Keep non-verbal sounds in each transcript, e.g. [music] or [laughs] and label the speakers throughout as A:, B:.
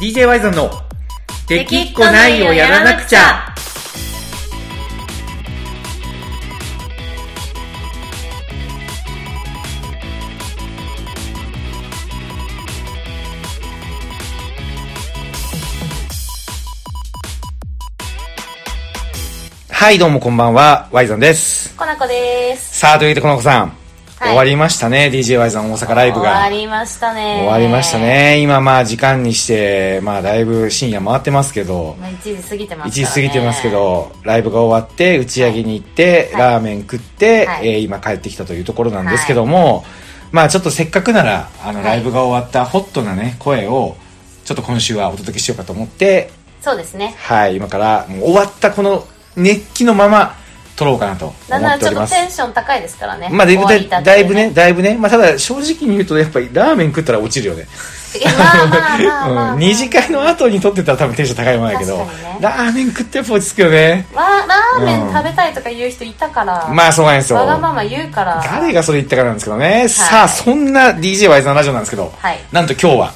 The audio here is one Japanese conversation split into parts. A: DJ ワイゾンの「できっこないをやらなくちゃ」はい、どうもこんばんは、ワイゾンです。
B: コナコです
A: さあ、というわけで、この子さん、
B: はい
A: 終わりましたね、DJ ワイゾン大阪ライブ
B: 終わ
A: が。
B: りましたね
A: 終わりましたね。今、まあ、時間にして、まあ、だいぶ深夜回ってますけど、
B: もう1時過ぎてますから、ね、
A: 1時過ぎてますけど、ライブが終わって、打ち上げに行って、
B: はい
A: ラーメン食って、
B: はい
A: えー今帰ってきたというところなんですけども、まあちょっとせっかくなら、あの、
B: はい
A: ライブが終わったホットなね、声を、ちょっと今週はお届けしようかと思って、
B: そうですね
A: はい、今から、もう終わったこの熱気のまま、撮ろうかなと思
B: なんな
A: っ
B: らち
A: てお
B: ょっ
A: り
B: と
A: ます。
B: テンション高いですからね
A: まあ、だいぶ
B: 終わり
A: だ、
B: って
A: だいぶね、だいぶね。まあ、ただ、正直に言うと、やっぱり、ラーメン食ったら落ちるよね。
B: いやまあまあまあまあ、
A: [laughs] う
B: まあ
A: ん。二次会の後に撮ってたら多分テンション高いもんやけど、
B: 確かにね
A: ラーメン食ってやっぱ落ち着くよね。
B: わラーメン食べたいとか言う人いたから、
A: まあそうなんですよ
B: わがまま言うから
A: 誰がそれ言ったかなんですけどね、さあそんな d j y イズのラジオなんですけど、
B: はい
A: なんと今日は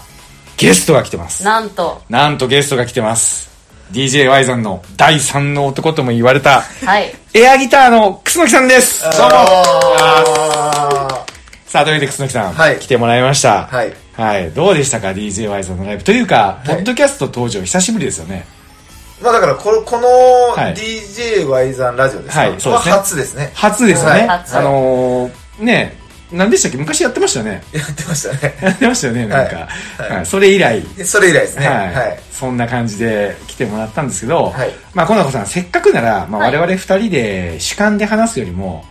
A: ゲストが来てますな
B: なんと
A: んとゲストが来てます d j y イズの第3の男とも言われた
B: はい
A: エアギターの楠木さんですどうも
C: あ
A: さあというわけで楠木さん、
C: はい
A: 来てもらいました
C: はい、
A: はい、どうでしたか d j y イズのライブというか、
C: い
A: ポッドキャスト登場久しぶりですよね
C: ーまあだからこのこの
A: はい
C: DJ ワイザンラジオですか、
A: はいそうですね
C: これは初ですね [laughs]
A: 初ですよね、
B: はい初
A: あのー、ね何でしたっけ昔やってましたよね
C: やってましたね
A: やってましたよねなんか、
C: はいはい
A: はいそれ以来
C: でそれ以来ですね
A: は、
C: はいい、
A: そんな感じで来てもらったんですけど、
C: はい
A: まあ、こなこさん、せっかくなら、まあ、
B: は
A: 我
B: い
A: 々二人で主観で話すよりも、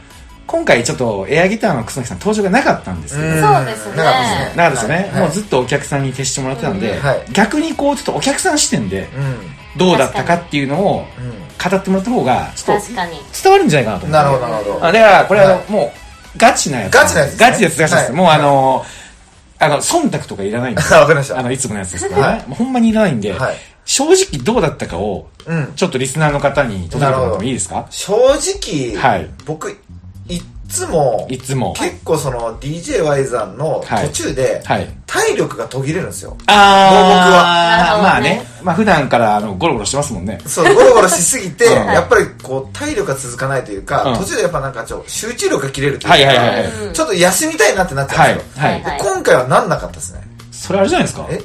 A: 今回ちょっとエアギターの楠木さん登場がなかったんですけど、
C: ん
B: そうですね
C: なかったですね
A: なかったですよね、
C: はい
A: もうずっとお客さんに徹してもらってたんで、
C: うんはい
A: 逆にこう、ちょっとお客さん視点で、どうだったかっていうのを
C: うん、うん
A: 語ってもらった方が、ちょっと [laughs]
B: 確かに
A: 伝わるんじゃないかなと思
C: なる
A: う
C: ほどなるほど
A: あだから、これは
C: は
A: もう、ガチなやつ。
C: ガチなやつですね
A: ガチです、ガチです。
C: はい
A: もうあのー、あの、忖度とかいらない
C: [laughs]
A: んです
C: [laughs] あわかりました
A: あの、いつものやつですからね。
C: は
A: もうほんまにいらないんで、
C: はい
A: 正直どうだったかを、
C: うん
A: ちょっとリスナーの方に届けてもらってもいいですか
C: 正直、
A: はい
C: 僕いっつも
A: いつも。
C: 結構その DJ ワイザンの
A: はい
C: 途中で、
A: はい
C: 体力が途切れるんですよ
A: あー、
B: もう僕は
A: まあ
B: なる
A: ね
B: ほ。
A: まあ普段から、あの、ゴロゴロしてますもんね。
C: そうゴロゴロしすぎて、
A: うん
C: やっぱりこう体力が続かないというか、
A: うん
C: 途中でやっぱなんかちょっと集中力が切れるというか、
A: はいはいはいはい。
B: うん
C: ちょっと休みたいなってなっちゃ
A: は
C: う
A: い
C: んですよ、
A: はい、
B: はい
C: で今回はなんなかったですね
A: それあれじゃないですか
C: え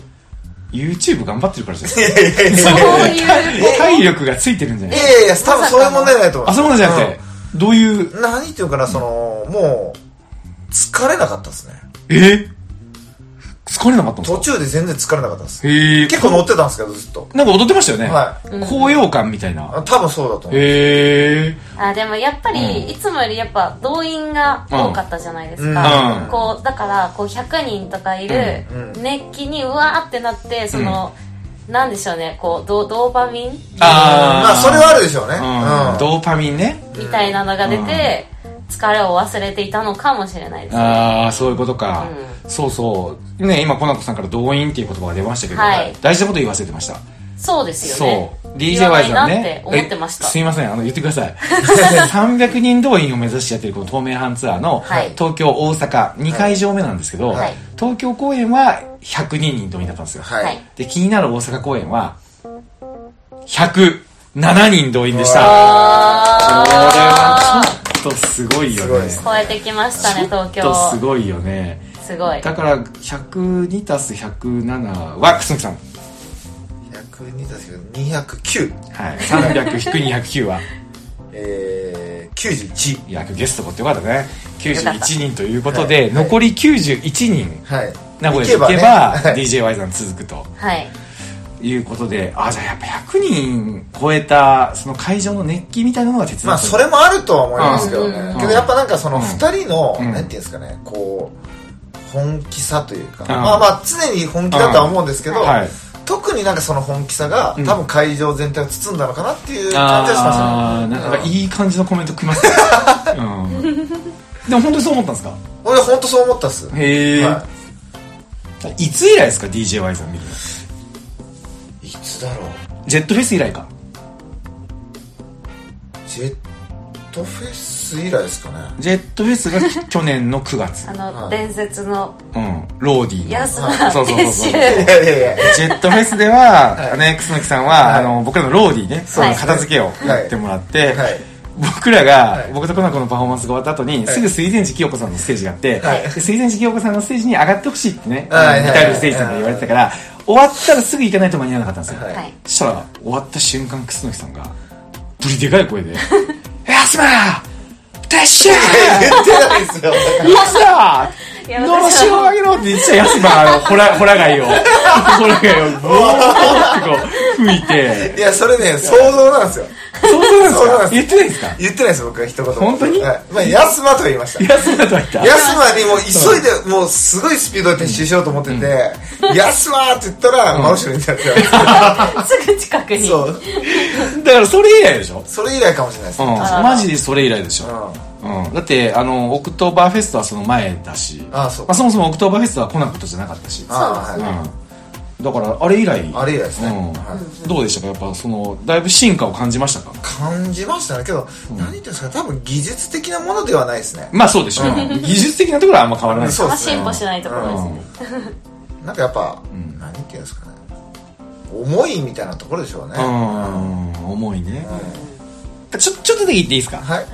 A: YouTube 頑張ってるからじゃない
C: いやいやいや
B: そういう
A: ですか体力がついてるんじゃないい
C: やいや、多分そういう問題ないと思う。
A: あ、そういうことじゃなくて、どういう、
C: うん。何っていうかな、その、もう、疲れなかったですね。
A: え疲れなかったんです
C: 途
A: か
C: 中で全然疲れなかったです。
A: へえ。
C: 結構乗ってたんですけど、ずっと。
A: なんか踊ってましたよね。
C: はい
A: 高揚感みたいな。
C: あ多分そうだと思う。
A: へえ。
B: あでもやっぱり、
A: うん
B: いつもよりやっぱ動員が多かったじゃないですか、
A: うんうん
B: こうだからこう100人とかいる
C: うんう
B: 熱気にうわーってなってその、なんでしょうねこうドドーパミン
A: あー
C: まあ、それはあるでしょうね。
A: うん。
C: う
A: ドーパミンね。
B: みたいなのが出て、疲れを忘れていたのかもしれないですね
A: ああ、そういうことか。そうそう。ね、今、コナコさんから動員っていう言葉が出ましたけど、
B: はい
A: 大事なこと言い忘れてました。
B: そうですよね
A: そう。
B: 言
A: DJ
B: わ
A: ワ
B: な
A: イ
B: い
A: ザ
B: な
A: ー
B: っ
A: ね
B: て。思ってまし
A: えす
B: た
A: いません、あの、言ってくださ
B: [laughs]
A: い。300人動員を目指してやってるこの透明版ツアーの、
B: はい
A: 東京、大阪、2会場目なんですけど、
B: はい
A: 東京公演は102人動員だったんですよ。
C: ん。は
B: はいい。
A: で、気になる大阪公演は、107人動員でした。これ
B: あ
A: はちょっとすごいよ
C: すごい
A: ね。
C: で
A: ち
C: す
B: ー超えてきましたね
A: ょ
B: 東
A: っとす
B: 京
A: ごいよね。
B: すごい
A: だから、102たす107は、楠木さん。
C: 102だけど、209。
A: はい。300引く209は、
C: えー、91。
A: いや、ゲストもってよかったね。
B: よか
A: 91
B: った
A: 人ということで、残り91人、
C: はい。
A: 名古屋に行けば、
C: 行けばね
A: DJY さん続くと。
B: はい
A: いうことで、あ、じゃあやっぱ100人超えた、その会場の熱気みたいなのが手伝って
C: まあ、それもあるとは思いますけど
B: うんうん
C: ね
B: うん。
C: けど、やっぱなんかその
A: うん
C: 二人の、
A: うん
C: なんていうんですかね、こう、本気さというか、
A: ん
C: まあまあ、常に本気だとは思うんですけど、
A: はい。
C: 特になんかその本気さが、
A: うん
C: 多分会場全体を包んだのかなっていう感じがしました
A: あ
C: ね
A: ーなんか
C: うん
A: いい感じのコメント来ますね、うん、 [laughs] でも本当にそう思ったんですか
C: 俺本当そう思ったっす
A: へえ、、
C: はい
A: つ以来ですか DJY さん見る
C: い、いつだろう
A: ジェットフェス以来か
C: ジェットフェスス以来ですかね
A: ジェットフェスがき去年の9月
B: あ。の、
C: はい
B: 伝説の
A: うん。ローディーの。
B: 安田
A: そうそうそう
B: 鉄
A: そう
B: 集
C: いやいや [laughs] いや
A: ジェットフェスでは、
C: はい
A: ね、楠木さんは、
C: はい
A: あの、僕らのローディーね、そ
B: は
A: の
B: い
A: 片付けをやってもらって、
C: はい
A: 僕らが、
C: い
A: 僕とコナコのパフォーマンスが終わった後に、
C: はい
A: すぐ水前寺清子さんのステージがあって、
C: はい
A: で水前寺清子さんのステージに上がってほしいってね、
C: は
A: あ
C: い
A: の
C: はい
A: 歌えるステージさんが言われてたから、終わったらすぐ行かないと間に合わなかったんですよ。
C: は
B: はいい。
A: そしたら、終わった瞬間、楠木さんが、ぶりでかい
C: [laughs]
A: 声で、安村撤収
C: 言ってないですよ
A: 安だ
B: いや
A: のろしをあげろって言ってたやつが、あの、ホラ、ホラ貝を、ホラ貝を、ブワーってこう、吹い
C: い
A: て、
C: やそれね想像なんですよ
A: そうなんです
C: そうなんで
A: か
C: す
A: 言ってないんですか
C: 言ってないです僕は一言も
A: 本当に
C: はいまあ安間と言いました
A: 安村とは言った
C: 安間にもう急いでもうすごいスピードで撤収しようと思ってて「安間!」って言ったら真後ろに立ってたんです
B: すぐ近くに。
C: けどそう
A: だからそれ以来でしょ
C: それ以来かもしれないです
A: うん。
C: ね
B: ー
A: マジでそれ以来でし
C: う
A: ょ。
C: ん
A: うん。だって、あの、オクトーバーフェストはその前だし、ま
C: ああそう
A: あそもそもオクトーバーフェストは来なことじゃなかったし、うん。だ
C: ああ
B: そうですね
C: はい
A: から、あれ以来、
C: あれ以来ですね
A: うん
C: はい
A: どうでしたかやっぱその、だいぶ進化を感じましたか
C: 感じましたねけど何言っていうんですか多分技術的なものではないですね
A: まあそうでしょうね。技術的なところはあんま変わらない。
C: そう
B: まあ、
C: ですね
B: 進歩しないところですね。
C: なんかやっぱ
A: ん
C: 何言っていうんですかね重いみたいなところでしょうね
A: う
C: は
A: ん、重いね。ちょ、ちょっとだけ言っていいですか
C: い
B: はい。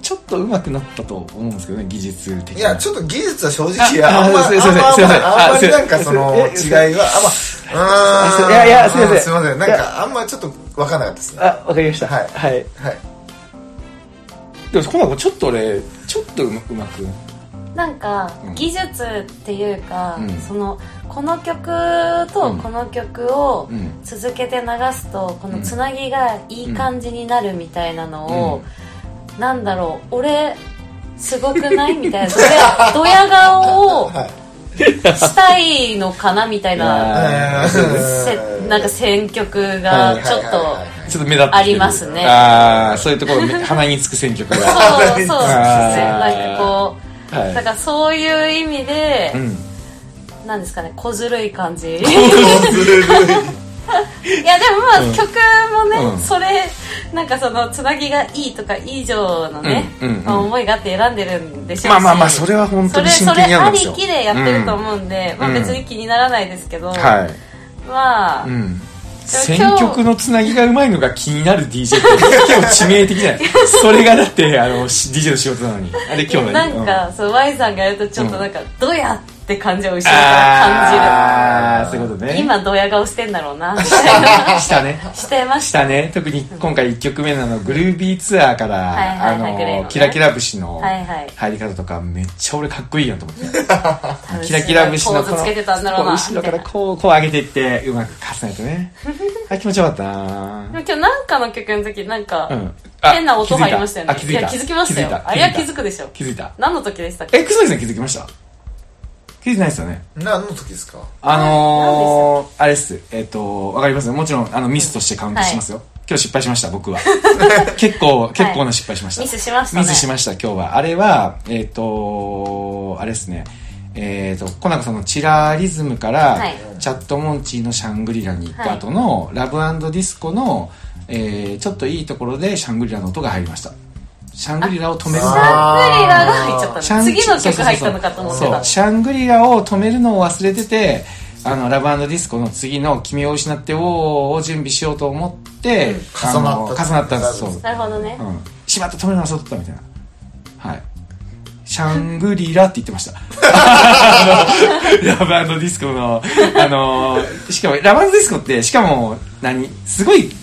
A: ちょっと上手くなったと思うんですけどね、技術的
C: い
A: に。
C: や、ちょっと技術は正直、
A: あ
C: あんま、あ
A: あ
C: ん
A: すいませんすいません
C: ま、あんま
A: あす
C: り
A: いま
C: な
A: せん
C: んかその
A: すいません
C: 違いは、あんま、うーん。
A: いやいやすいません
C: うすいません。なん
A: い
C: か、あんまちょっとわかんなかったですね。
A: あ、わかりました
C: はい
A: はい。
C: はい。
A: でも、この子ちょっと俺、ちょっとうまうまく。
B: なんか
A: うん
B: 技術っていうか、
A: うん
B: そのこの曲
A: う
B: と
A: ん
B: この曲を
A: うん。
B: 続けて流すとこのつなぎがいい感じになるみたいなのを、なんだろう俺すごくないみたいな
A: [laughs]
B: ドヤドヤ顔を
C: はい
B: したいのかなみたい
A: いや [laughs]
B: な
A: あー
B: せなんか選曲
A: は
B: が
A: い
B: ちょっと。
A: ちょっと目立ってきてる
B: ありますね
A: ああ、そういうところ、め鼻につく選曲
B: [laughs]
A: が。は
B: そうそうですね
A: あー
B: なんかこうだ
A: い。
B: からそういう意味で
A: う、ん。
B: なんですかね小ずるい
A: [laughs]
B: 感じ [laughs]
C: ずるい。
B: いやでもまあ、
A: うん
B: 曲もね、
A: うん
B: それなんかそのつなぎがいいとか以上のね、
A: うんうんうん
B: まあ思いがあって選んでるんでしょうし
A: まあまあまあ、それは本
B: そ
A: 当
B: れ
A: に真
B: それ
A: 剣にやる
B: あ
A: んで
B: り
A: すよ。
B: きでやってると思うんで、ま
A: う
B: あ
A: ん
B: 別に気にならないですけど、
A: はい。
B: まあ、
A: うん。
B: で
A: 選
B: も今日
A: 曲のつなぎがうまいのが気になる DJ って今日致命的
B: [laughs]
A: だよそれがだってあのし DJ の仕事なのにあれ今日の
B: なんか、そう Y さんがやるとちょっとなんか、ドヤって感じを後ろから
A: ああーそういうこと
B: 感
A: ね
B: じる今ドヤ顔してんだろうなみた
A: [laughs]
B: いな
A: したね
B: してまし
A: したたね特に今回1曲目のあのグルービーツアーから、
B: はいはいはいグレー
A: あ
B: の
A: の
B: ね
A: キラキラ節の
B: はいはい
A: 入り方とかめっちゃ俺かっこいいやんと思って
B: 多分
A: キラキラ節の
B: ポ
A: この
B: ーズつけてたんだろう
A: こ
B: な
A: う
B: み
A: 後ろ
B: た
A: か
B: い
A: ら
B: な
A: こうこう上げていってうまく重ねてねあ気持ちよかったな
B: [laughs] でも今日なんかの曲の時なんか、
A: うんあ
B: 変な音入りましたよね。
A: あ気づいた
B: や、気づきましたよ。
A: 気づいた
B: あれは
A: 気
B: 気
A: づいた
B: づくでしょ。
A: 気づいた
B: 何の時でしたっけ
A: え、くさきさん気づきました気づいてないですよね。
C: 何の時ですか
A: あのー、あれっす。えっ、と、わかりますもちろん、あの、ミスとしてカウントしますよ。今日失敗しました、
B: [laughs]
A: 僕は。結構、結構な失敗しました。
B: ミスしましたね。
A: ミスしました、今日は。あれは、えっ、と、あれですね。えっ、と、コナコさんのチラーリズムから、
B: はい
A: チャットモンチーのシャングリラに行っ
B: は
A: た
B: い
A: 後の、ラブディスコの、えー、ちょっといいところでシャングリラの音が入りました。シャングリラを止める
C: あ
B: シャングリラが入っちゃったの。次の曲入ったのかと思って
A: そう
B: た。
A: シャングリラを止めるのを忘れててあのラブディスコの次の「君を失って」を準備しようと思って、
C: うん
A: あの
C: 重なった
A: 重なったんですそう、
C: そう
B: なるほどね。
A: ん、しまった止めるの忘れとったみたいなはいシャングリラって言ってましたあのラブディスコのあのしかもラブディスコってしかも何すごい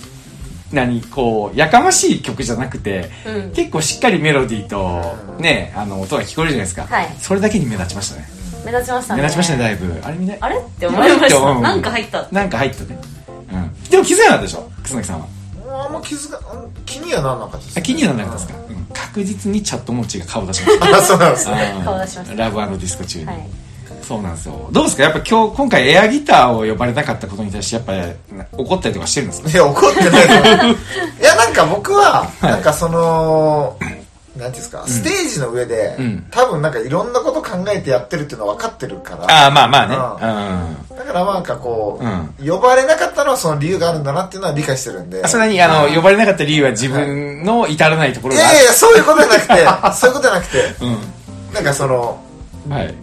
A: 何こうやかましい曲じゃなくて、
B: うん
A: 結構しっかりメロディーとねあの音が聞こえるじゃないですか、
B: はい
A: それだけに目立ちましたね
B: 目立ちましたね。
A: 目立ちましたねだいぶあれみんな
B: あれって思いました。なんか入った。
A: なんか入ったねうんでも気づかなかったでしょ楠木さんは
C: うんあんま気づか、うん気にはなんなかったです
A: あ
C: ね。
A: 気にはならなかったですか、うん確実にチャットモッチーが顔出しま [laughs] した
C: あ、そうなんですね。
A: あー
B: 顔出しました
A: ラブディスコ中に、
B: はい。
A: そうなんですよどうですかやっぱ今日今回エアギターを呼ばれなかったことに対してやっぱな怒ったりとかしてるんですか
C: いや、怒ってな
A: [laughs]
C: いですよ。いや、なんか僕は、なんかその、なんていうんですか、ステージの上で
A: うん、
C: 多分なんかいろんなこと考えてやってるっていうのは分かってるから、
A: ああまあま
C: あ
A: まあねうん
C: なんかからなんかこ
A: う
C: う、呼ばれなかったのはその理由があるんだなっていうのは理解してるんで。
A: それに、あの、呼ばれなかった理由は自分の至らないところ
C: い
A: があ
C: やいや、そういうことじゃなく
A: [laughs]
C: て、そういうことじゃなくて、
A: る。
C: なんかその、
A: うん。はい。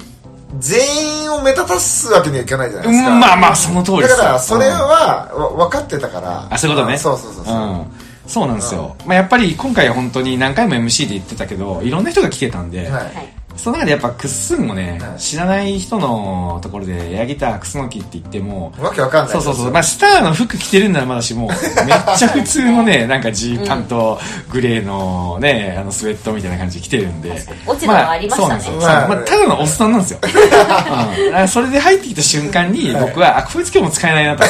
C: 全員を目立たすわけにはいかないじゃ
A: う
C: ない
A: ん
C: ですか。
A: まあまあ、その通りで
C: だ
A: すよ。
C: から、それ
A: うん
C: は、わ分かってたから。
A: あそういうことね
C: そうそうそうそう。
A: うんそうなんですよ、まあ、やっぱり今回本当に何回も MC で言ってたけどいろんな人が来てたんで、
C: はい。
B: はい
A: その中でやっぱクッスンもね、
C: はい
A: 知らない人のところでヤギタークスノキって言っても
C: わけわかんない。
A: そうそうそう、まあ、スターの服着てるんならまだしもうめっちゃ普通のねなんかジーパンとグレーのねあのスウェットみたいな感じで着てるんで
B: 確かに落ち度はありまし
A: あそ
B: たね
A: うなんですよ、
C: まあ
A: まあ、ただのおっさんなんですよ、うんだからそれで入ってきた瞬間に僕は、あこいつ今日も使えないなと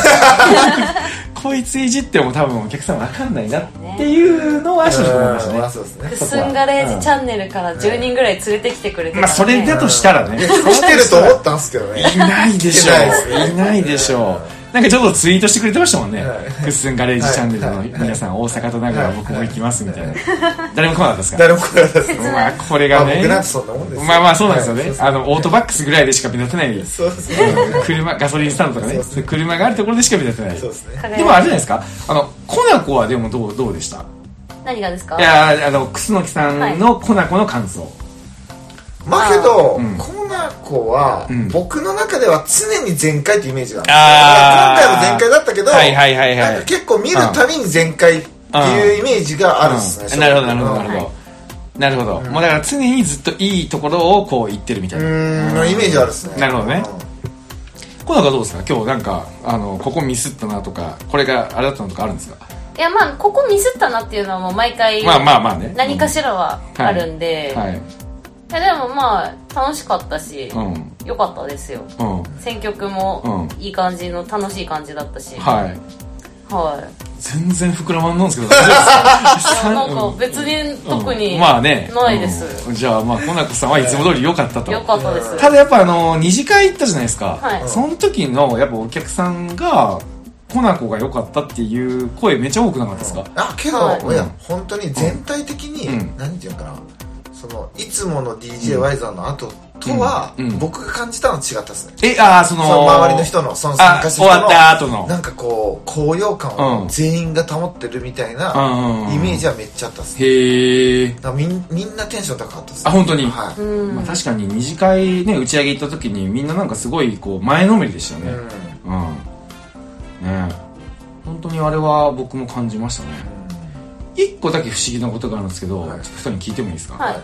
A: [laughs] こいついじっても多分お客さんわかんないなっていうのは正直思いました
C: うんまあ
A: ね
C: そうですね
B: ク。スンガレージチャンネルから10人ぐらい連れてきてくれてたん
A: ま
B: で
A: あそれだとしたらね
C: いや来てると思ったんですけどね。
A: いないでしょ
C: いないですね
A: う。いないでしょう。なんかちょっとツイートしてくれてましたもんね
C: はい。
A: クッスンガレージチャンネルの
C: はい
A: 皆さん、大阪と名古屋僕も行きますみたいな。誰も来なかったですか
C: 誰も来なかったです。
A: まあ、これ
C: ま
A: が
C: あ僕なん
A: ね
C: て。そんなもんですよ
A: まあまあ、そうなんですよね。
C: は
A: あの、オートバックスぐらいでしか目立てない。
C: いそうですね。
A: 車、ガソリンスタンドとかね
C: そうです。ね
A: 車があるところでしか目立てない。
C: そうですね。
B: 輝いて
A: でもあれじゃないですか。あの、コナコはでもどう、どうでした
B: 何がですか
A: いやあの、クスノキさんのコナコの感想。
C: まあけど、
A: うん
C: コナコは、
A: ん
C: 僕の中では常に全開ってイメージなんですよ
A: あー
C: だから今回も全開だったけど、
A: はいはいはいはい
C: なんか結構見るたびに全開っていうイメージがあるんですね、
A: うんなるほどなるほどな
C: ど
A: るほど、なるほど、もうだから常にずっといいところをこう言ってるみたいうな、
C: ーんのイメージはあるですね
A: なるほどねこの中どうですか今日なんかあのここミスったなとかこれがあれだったのとかあるんですか
B: いやまあここミスったなっていうのはもう毎回
A: まあまあまあね
B: 何かしらはあるんで、
A: はいい
B: やでもまあ楽しかったし、
A: うん
B: 良かったですよ
A: うん
B: 選曲もいい感じの、楽しい感じだったしい、
A: はい
B: は
A: 全然膨らまんなんですけど大丈夫です
B: い、
A: か
B: なんか
A: うん
B: 別に特に、
A: うんまあね
B: ないです
A: うんじゃあまあコナコさんはいつも通り良かったと
B: 良かったです
A: ただやっぱあの二次会行ったじゃないですか、
B: はい
A: その時のやっぱお客さんがコナコが良かったっていう声めっちゃ多くなかったですか、
C: あけど、
B: はい
C: い、や本当に全体的に、
A: うん
C: 何て言うのかなそのいつもの DJY さんの後とは、
A: うんうん
C: 僕が感じたのは違ったですね、
A: え、ああ、その、
C: その周りの人のその参加した人
A: あ終わった後
C: の
A: の
C: なんかこう高揚感
A: う
C: を
A: ん
C: 全員が保ってるみたいな
A: うんうんうん
C: イメージはめっちゃあったっすね
A: へえ。
C: だからみんみんなテンション高かったっすね
A: あ本当に
C: は
B: う
C: い
B: ん、
A: まあ確かに二次会ね、打ち上げ行った時にみんななんかすごいこう前のめりでしたよ
C: う
A: ね。
C: ん
A: うん。ねえ本当にあれは僕も感じましたね。一個だけ不思議なことがあるんですけど、
C: はい
A: ちょっと二人に聞いてもいいですか、
B: はい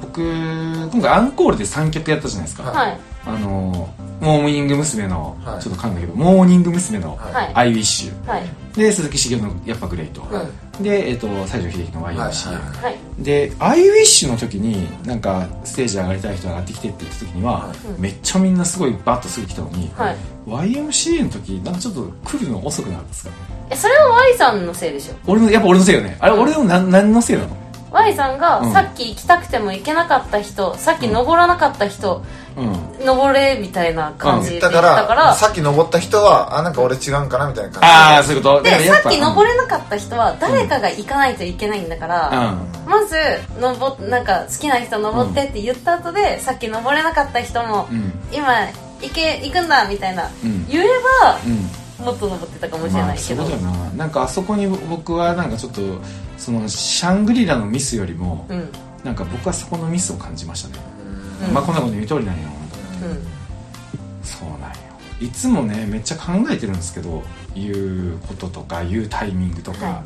A: 僕、今回アンコールで3曲やったじゃないですか。
C: は
B: はい
A: あのー、モーニング娘。の、
C: はい
A: ちょっと噛んだけど、モーニング娘。の
C: はい
B: はい
A: I Wish。
B: はい
A: で、鈴木茂のやっぱグレイト。
C: はい
A: で、えっ、と、西城秀樹の YMCA。
C: はいはい
B: はい
A: で「IWISH」の時になんかステージ上がりたい人上がってきてって言った時には、
B: うん
A: めっちゃみんなすごいバッとすぐ来たのに、
B: はい
A: YMCA の時なんかちょっと来るの遅くなかったですか
B: えそれは Y さんのせいでしょ
A: 俺のやっぱ俺のせいよねあれ俺の何何のせいなの
B: Y さんが
A: うん
B: さっき行きたくても行けなかった人、さっき登らなかった人、
A: うん
B: 登れみたいな感じで
C: 言っ
B: 言
C: た
B: ったか
C: から
B: ら、
C: さっき登った人はあなんか俺違うんかなみたいな感じ
A: ああそういうこと
B: でさっき登
A: れ
B: れなかった人は誰かが行かないといけないんだから、まず登っなんか好きな人登ってって言った後で、さっき登れなかった人も、
A: うんうん
B: 今行け行くんだみたいな、
A: うん
B: 言え
A: うん
B: ばもっと登ってたかもしれ
A: ま
B: な
A: あ
B: い
A: そ
B: け
A: ういうこ
B: ど、
A: とよななんかあそこに僕はなんかちょっとそのシャングリラのミスよりも、
B: うんうん
A: なんか僕はそこのミスを感じましたね、まあこんなこと言う通りなんやろうなと
B: うん
A: そうなんよいつもねめっちゃ考えてるんですけど言うこととか言うタイミングとか、
B: は
A: や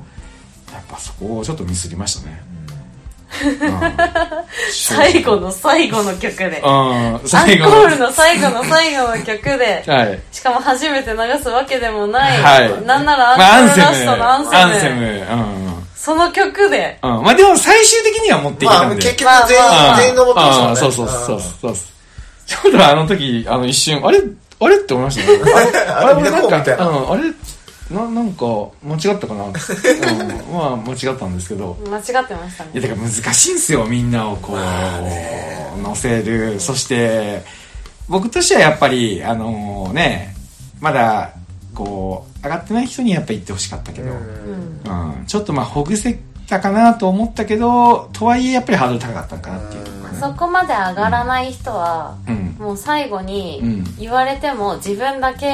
A: っぱそこをちょっとミスりましたね、
B: [laughs] 最後の最後の曲でアン
A: のうん
B: コ
A: 最後
B: ールの最後の最後の曲
A: [laughs]
B: で
A: はい
B: しかも初めて流すわけでもない、
A: はい
B: なんなら
A: まあ
B: ア
A: ア
B: ン
A: ン
B: セ
A: セム
B: ムラストのアンセム
A: アンセムうんうん
B: その曲で
A: うん、まあでも最終的には持っていけ
C: ま
A: た
C: あ
A: んで、
C: 結局全員,、
A: うん
C: 全員登ってましたもん
A: うん
C: ね
A: そうそうそうそうそうちょうどあの時あの一瞬あれあれって思いましたね
C: んあれ見たこうみたいな
A: うん、あれななんか間違ったかな、うん、 [laughs] まあ間違ったんですけど
B: 間違ってました
A: いや
B: ね
A: だから難しいんですよみんなをこう、乗せるそして僕としてはやっぱりあのねまだこう上がってない人にやっぱ言ってほしかったけど、う
C: うん
B: うんん
A: ちょっとまあほぐせたかなと思ったけどとはいえやっぱりハードル高かったかなっていうのが
B: そこまで上がらない人は、
A: うん
B: もう最後
A: う
B: に
A: ん
B: 言われても自分だけ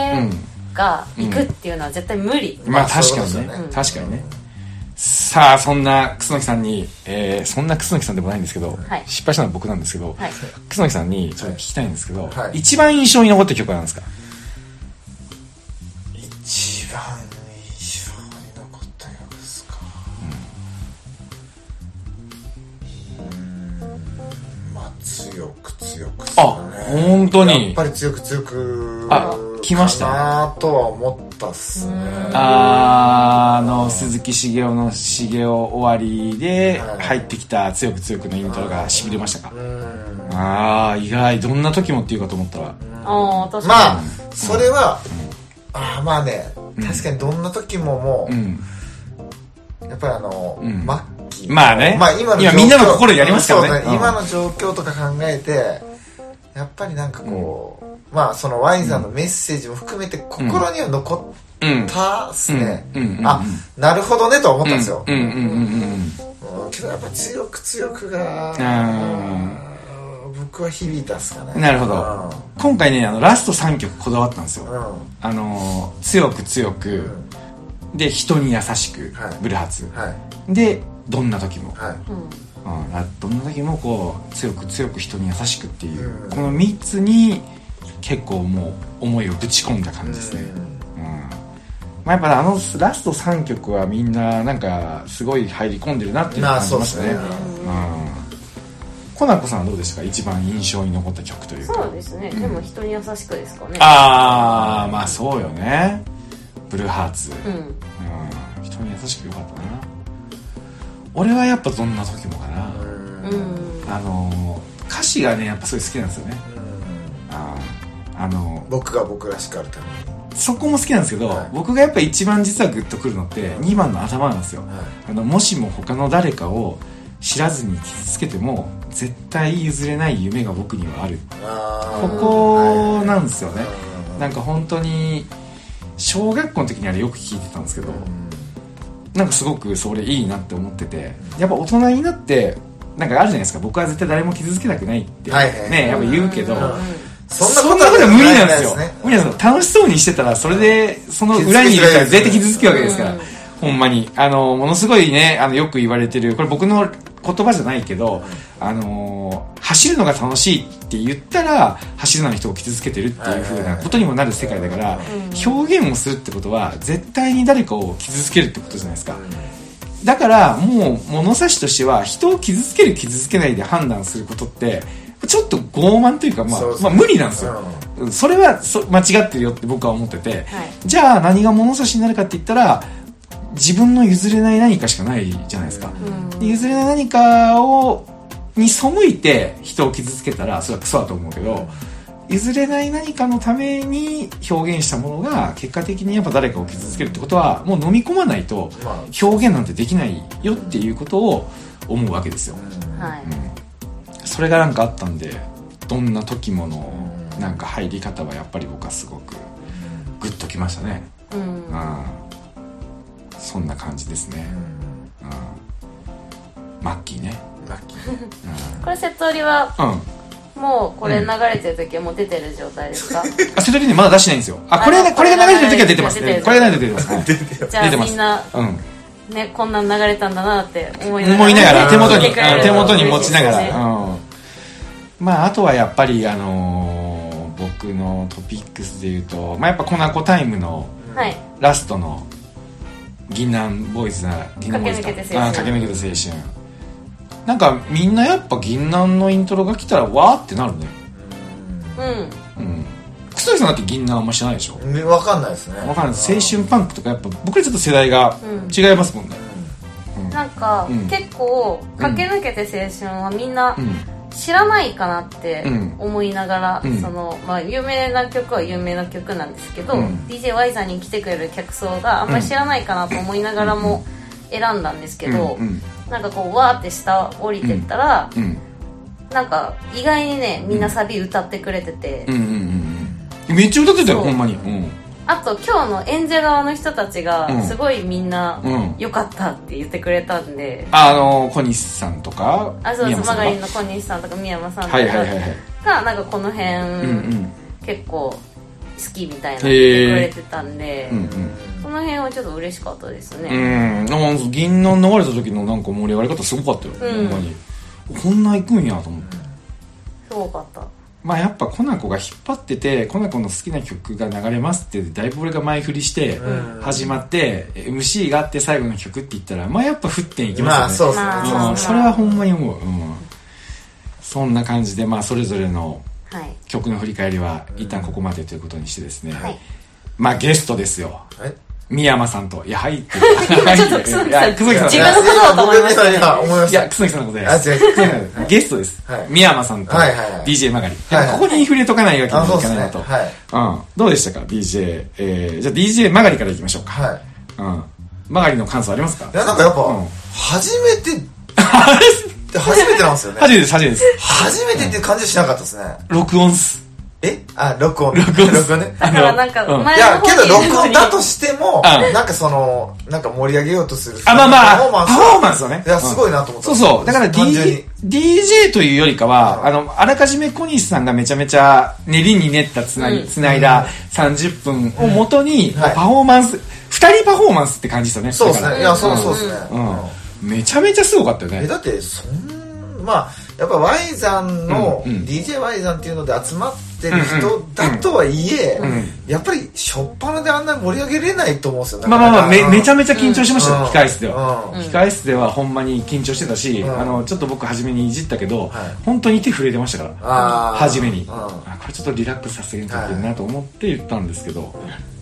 B: が行くっていうのは絶対無理、
A: まあ
C: まあ
A: 確かに
C: そうい
A: ね
C: うことで
A: 確
C: すよね
A: かにねさあそんな楠木さんに、えーそんな楠木さんでもないんですけど、
B: はい
A: 失敗したのは僕なんですけど、
B: はい
A: 楠木さんにちょっと聞きたいんですけど、
C: はい
A: 一番印象に残った曲は何ですか
C: 一番印象に残ったやつですかうんまあ強く強くです
A: あ
C: よね
A: 本当に
C: やっぱり強く強く
A: あ来ました
C: かなとは思ったっすね
A: あーあの鈴木茂雄の「茂雄終わり」で
C: はい
A: 入ってきた「強く強く」のイントロがしびれましたか
C: うん
A: ああ意外どんな時もっていうかと思ったら
B: おー確か
C: まあそれはあーまあね確かにどんな時もも
A: う
C: うんやっぱりあの
A: うん
C: 末期の
A: まあね
C: まあ今の
A: 今
C: 状況
A: みんなの心やりますからね
C: そうだ
A: うん
C: 今の状況とか考えてやっぱりなんかこう、まあそのワインさんのメッセージも含めて心には残
A: うん
C: ったっすね、
A: うんうんうん
C: あなるほどねと思ったんですよ、
A: うんうんうんうん
C: うんけどやっぱ強く強くが
A: う
C: 僕は響いたっすか
A: う
C: ね
A: んなるほど今回ねあのラスト3曲こだわったんです
C: うん、う
A: よ
C: ん
A: あのー強く強
C: う
A: く
C: ん
A: で人に優しく
C: はい
A: ブルハツ
C: はい
A: でどんな時も
C: はい
B: に、うん
A: うんあどんな時もこう強く強く人に優しくっていう
C: うん
A: この3つに結構もう思いをぶち込んだ感じですね
C: う
A: うんまあやっぱあのラスト3曲はみんななんかすごい入り込んでるなってい
C: ん
A: うのを
C: まあ
A: 感じ
C: そう
A: ま
C: っ
A: し
C: す
A: た
C: ね
A: ねうんコナコさんはどうでしたか一番印象に残った曲というか
B: そうですね、でも人に優しくですかね
A: ああまあそうよねブルーハーツ、
B: う
A: うん
B: ん
A: 人に優しくよかったな俺はやっぱどんな時もかな、
C: うん
B: うん
A: あのー歌詞がねやっぱすごい好きなんですよね
C: うん
A: あーあの
C: 僕が僕らしかあるために
A: そこも好きなんですけど、
C: はい
A: 僕がやっぱ一番実はグッとくるのって2番の頭なんですよ
C: はい
A: あのもしも他の誰かを知らずに傷つけても絶対譲れない夢が僕にはあるこ
C: こ
A: こなんですよね
C: な
A: なんんか本当に小学校の時にあれよく聞いてたんですけどなんかすごくそれいいなって思っててやっぱ大人になってなんかあるじゃないですか僕は絶対誰も傷つけたくないって、
C: はいはい
A: ねやっぱ言うけど、
C: うん
A: そんな
C: は
A: ことは無理なんですよ。無理
C: な
A: なんですよ。楽しそうにしてたら、それで、その裏にいる人は絶対傷つくわけですから
B: うん。
A: ほんまに。あの、ものすごいね、あの、よく言われてる、これ僕の言葉じゃないけど、あのー、走るのが楽しいって言ったら、走るの人を傷つけてるっていう風なことにもなる世界だから、表現をするってことは、絶対に誰かを傷つけるってことじゃないですか。だからもう物差しとしては人を傷つける傷つけないで判断することってちょっと傲慢というかまあ
C: そうそう
A: まあ、無理なんですよ、うんそれはそ間違ってるよって僕は思ってて、じゃあ何が物差しになるかって言ったら自分の譲れない何かしかないじゃないですか、
B: うん
A: で譲れない何かをに背いて人を傷つけたらそれはクソだと思うけど譲れない何かのために表現したものが結果的にやっぱ誰かを傷つけるってことはもう飲み込まないと
C: まあ
A: 表現なんてできないよっていうことを思うわけですよ、
B: はい、
A: それがなんかあったんでどんな時ものなんか入り方はやっぱり僕はすごくグッときましたね
B: うん
A: うんそんな感じですねうんマッキーね
C: ラッキー
B: これセット売りは
A: うん
B: もうこれ流れてる時はもう出てる状態ですか、
A: あそれよりねまだ出してないんですよあこれ
B: あ
A: これが流れてる時は出てます
B: 出てる
A: これが流れてる時は出てます
B: じゃ
A: 出て
B: あ
A: ま
B: み
A: す
B: んな
A: はいうん
B: ねこんなん流れたんだなって思いながら
A: 思いながら手元に
B: 見てくれる
A: うん手元に持ちなが
B: 嬉しいですね
A: ら、うん、まああとはやっぱりあのー僕のトピックスで言うと、まあ、やっぱコナコタイムの
B: はい
A: ラストの銀杏ボーイズな銀杏ボーイズ
B: 駆け抜けて青
A: あ
B: 春
A: ー駆け抜けた青春なんかみんなやっぱ銀杏のイントロが来たらわーってなるね
B: うん
A: うん楠木さんだって銀杏あんま知らないでしょ
C: ねわかんないですね
A: わかんない青春パンクとかやっぱ僕らちょっと世代が
B: うん
A: 違いますもんね
B: なんか、
A: うん
B: 結構駆け抜けて青春はみんな
A: うん
B: 知らないかなって
A: うん
B: 思いながら、
A: うん
B: そのまあ、有名な曲は有名な曲なんですけど、
A: うん
B: DJY さんに来てくれる客層があんまり知らないかなと思いながらも選んだんですけど、
A: うんうん
B: なんかこうわーって下降りてったら、
A: うん
B: なんか意外にねみんなサビ歌ってくれてて、
A: うんうんうんうんめっちゃ歌ってたよ
B: そう
A: ほんまにうん
B: あと今日の演者側の人たち
A: うん
B: がすごいみんな
A: うん
B: 良かったって言ってくれたんで、
A: あの小西さんとか
B: あそうです
A: さ
B: マ
A: んと
B: ガ
A: か
B: リンの小西さんとか宮山さんとか
A: はいはいはいはい
B: がなんかこの辺、
A: うんうん
B: 結構好きみたいなの
A: へ
B: 言
A: ー
B: ってくれてたんで、
A: うん
B: その辺はちょっと嬉しかったです
A: う
B: ね、
A: んうんなんか銀杏流れた時のなんか盛り上がり方すごかったよ、
B: うん
A: ほんまにこんな行くんやと思って
B: すごかった
A: まあやっぱコナコが引っ張っててコナコの好きな曲が流れますってだいぶ俺が前振りして
C: うん
A: 始まって MC があって最後の曲って言ったらまあやっぱ沸点いき
C: まあ
A: ます
C: そ
A: よ
C: う
A: ね、
C: っすね、
B: まあ
A: うん、それはほんまに思う、うん、そんな感じでまあそれぞれの
B: はい
A: 曲の振り返りは一旦ここまでということにしてですね、
B: はい
A: まあゲストですよ
C: え
A: 三山さんといや入って
B: 今ちょっと楠木さ
A: 楠
B: ん
A: 木さん
B: 自分のことだと思いましたね
C: いや思いま
A: い
C: し
A: や
C: た
A: 楠木さんのことで
C: あ
A: す
C: 違う
A: ゲストです、
C: はい
A: 三山さんと
C: はいはいはい
A: DJ 曲がり、
C: はいはい
A: ここに触れとかないわけに
C: あ
A: は
C: そ
A: い
C: うで
A: か
C: す
A: ない
C: ね
A: なと、
C: はい
A: うん、どうでしたか DJ、えー、じゃあ DJ 曲がりからいきましょうか、
C: はい
A: うん、曲がりの感想ありますか
C: いやなんかやっぱ、
A: うん
C: 初め
A: [laughs]
C: て初めてなんですよね
A: 初めてです初めてです
C: 初めてっていう感じはしなかったですね
A: 録音っす
C: えあ録音
A: 録音っす
C: ね
B: だからなんか
A: あのうん
B: 前
C: い
B: の
C: や
B: 方
C: けど
B: にいる
C: 録
B: の
C: 音
B: に
C: だとしても
A: うん
C: なんかそのなんか盛り上げようとする
A: あまあ
C: パフォーマ
A: まあ
C: ンス
A: パフォーマンスをね
C: いやすごいなと思った
A: そうそうだから、
C: 単純に
A: D、DJ というよりかは、
C: うん
A: あのあらかじめ小西さんがめちゃめちゃ練りに練ったつな,、
B: うん
A: つないだ30分をもとに、
C: はい
A: パフォーマンス2人パフォーマンスって感じですよね
C: そうです
A: だか
C: ね
A: ら
C: いやそうそうですねうん
A: うん、めちゃめちゃすごかったよ
C: え
A: ね
C: だってそんまあやっぱワイザンの
A: うんうん
C: DJ ワイザンっていうので集まってる人だとはいえ
A: ん
C: やっぱり初っ端であんなに盛り上げれないと思うんですよ
A: まあまあまあめめちゃ
C: めち
A: めちゃ緊張しましたよ、
C: うん
A: 控室では、
C: うん
A: 控室ではほんまに緊張してたし、
C: うん
A: あのちょっと僕初めにいじったけど、
C: はい
A: 本当に手震えてましたから
C: ゃ
A: 初めに、
C: うん
A: あこれちょっとリラックスさせていかなきゃいけないなと思って言ったんですけど、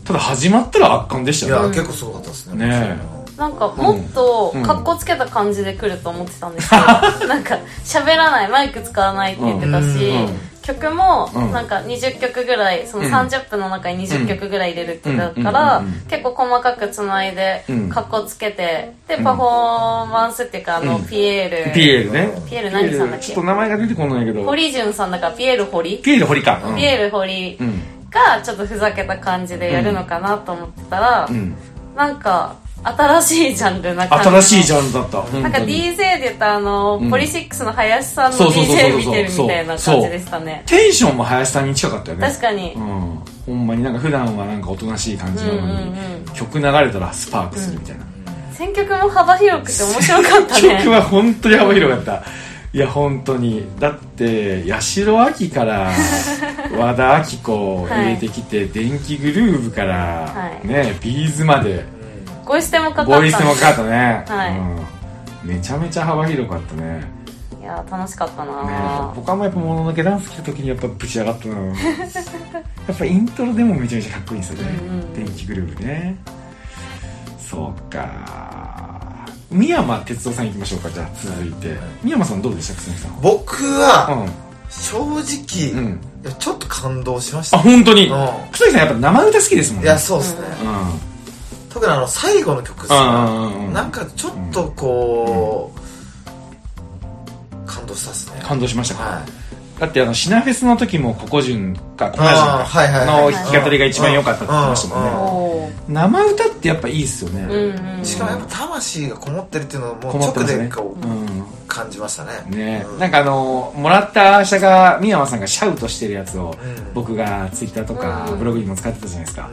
A: ただ始まったら圧巻でし
C: い
A: た
C: や
A: よね
C: 結構すごかったですね
A: ね
B: なんかもっと
A: うん
B: 格好つけた感じで来ると思ってたんですけ
A: [laughs]
B: ど、なんか喋らないマイク使わないって言ってた
A: う
B: し、
A: んうん
B: 曲も
A: うん
B: なんか20曲ぐらいその
A: うん
B: 30分の中に20曲ぐらい入れるって言ってたか
A: う
B: ら
A: んうんうんうん
B: 結構細かくつないで
A: うん
B: 格好つけてでパフォーマンスっていうかあの
A: うん
B: ピエール、
A: ピエールね
B: ピエール何さんだっ
A: ちょ
B: け
A: っと名前が出てこないけど
B: 堀潤さんだからピエール堀
A: ピエール堀か、うん
B: ピエール堀
A: うん
B: がちょっとふざけた感じでやるのかなと思ってたら、
A: うん
B: なんか新しいジャンルな感じの
A: 新しいジャンルだった本当に
B: なんか DJ で言ったらあの、
A: うん
B: ポリシックスの林さんの
A: そうそうそうそう
B: DJ 見てるみたいな感じでしたね。
A: テンションも林さんに近かったよね
B: 確かに
A: う。ん、ほんまになんか普段はなんかおとなしい感じなのに、
B: うんうんうん
A: 曲流れたらスパークするみたいな、
B: 選曲も幅広くて面白かったね。
A: 曲は本当に幅広かったいや本当にだって八代亜紀から
B: [laughs]
A: 和田アキ子を入れてきて、電気グルーヴから、
B: はい
A: ねビーズまで
B: ボイステもかかった
A: ボイスもかかったね、
B: は
A: うん、めちゃめちゃ幅広かったねね
B: いやー、楽しかったなー
A: 僕はもうやっぱもののけダンス来た時にやっぱぶち上がった
B: [laughs]
A: なやっぱイントロでもめちゃめちゃかっこいいんですよね、
B: うんうん
A: 電気グルーヴねそうか三山哲夫さん行きましょうかじゃあ続いて三山さんどうでした楠木さんは
C: 僕は
A: う
C: 正直
A: ん、うん、
C: いやちょっと感動しまし
A: あ
C: た
A: 本当に
C: うん
A: 楠木さんやっぱ生歌好きですもん
C: い
A: ね
C: やそうですね
A: うん
C: 特にあの最後の曲ですね
A: うんうんうん
C: なんかちょっとこう感動したっすね
A: 感動しましたか、
C: はい
A: だってあのシナフェスの時もココジュンかココジュン
C: あー
A: か
C: はいはい
A: の
C: はい
A: 弾き語りが一番良かったって言ってましたもんね
C: うんうんうん
B: おー
A: 生歌ってやっぱいいっすよね、
B: うんうん。
C: しかもやっぱ魂がこもってるっていうのをもう
A: こもってま
C: 直
A: すね
C: でこう
A: うん
C: 感じましたね
A: ね、
C: うん
A: なんかあのもらった下が三山さんがシャウトしてるやつを、
C: うん
A: 僕がツイッターとか
B: うん
A: ブログにも使ってたじゃないですか、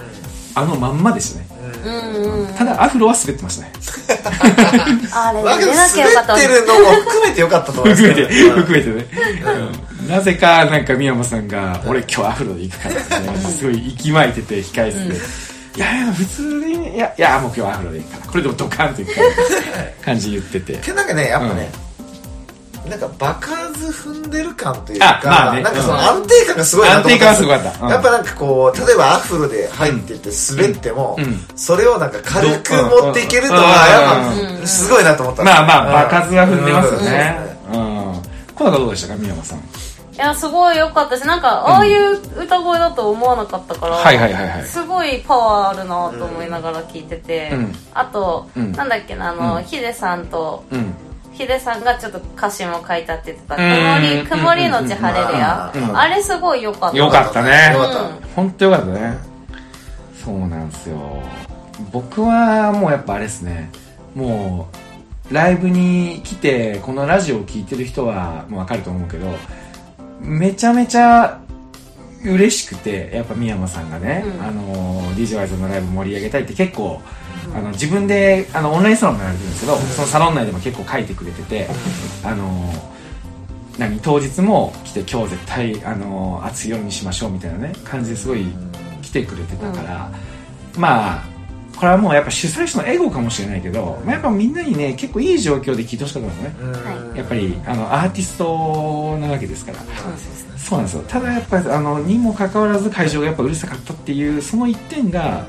A: あのまんまでしたね
C: うん
B: うんうん。
A: ただアフロは滑ってま [laughs] したね
B: あれ、
C: だけ
B: 出
C: ど
B: なきゃよかった
C: 滑ってるのも含めてよかったと思います
A: 含めて
C: うん
A: 含めてね、うんなぜかなんか三山さんが「俺今日アフロで行くから」ってねすごい息巻いてて控え室で「いやいや普通にいやいやもう今日アフロで行くからこれでもドカンと行くから」感じ言ってて
C: けどなんかねやっぱねなんか場数踏んでる感という
A: あま
C: か
A: あね
C: なんかそうの
A: ん
C: 安定感がすごいなと思ったんで
A: 安
C: すよ
A: 定感はすごかったうん
C: やっぱなんかこう例えばアフロで入っていって滑っても
A: うん
C: それをなんか軽く持っていけるの
A: う
C: は
A: ん
C: やっぱすごいなと思った
A: まあまあ場数は踏んでますよね
C: うん
A: うんこの子どうでしたか三山さん
B: いや、すごい良かったし、なんか、ああいう歌声だと思わなかったから、
A: はいはいはいはい
B: すごいパワーあるなと思いながら聞いてて、
A: うん
B: あと、
A: うん
B: なんだっけな、あの、
A: うん
B: ヒデさんと、
A: うん
B: ヒデさんがちょっと歌詞も書いたって言ってた、
A: うん
B: 曇り、曇りのち晴れるや、
C: うん
B: あれすごい良かった。
A: よかったね
C: よ
B: うん
C: かった
A: 本当よかったねそうなんですよ僕はもうやっぱあれですねもうライブに来てこのラジオを聴いてる人はもう分かると思うけどめちゃめちゃ嬉しくてやっぱ三山さんがね、
B: うん
A: あの DJY さんのライブ盛り上げたいって結構
B: うん
A: あの自分であのオンラインサロンもやられてるんですけどそのサロン内でも結構書いてくれて
B: [laughs]
A: てあの何当日も来て今日絶対あの暑い夜にしましょうみたいなね感じですごい来てくれてたから、まあこれはもうやっぱ主催者のエゴかもしれないけど、まあ、やっぱみんなにね結構いい状況で聞いてほしかったのねやっぱりあのアーティストなわけですから
B: そうですね
A: そうなんですよただやっぱりあのにもかかわらず会場がやっぱうるさかったっていうその一点が、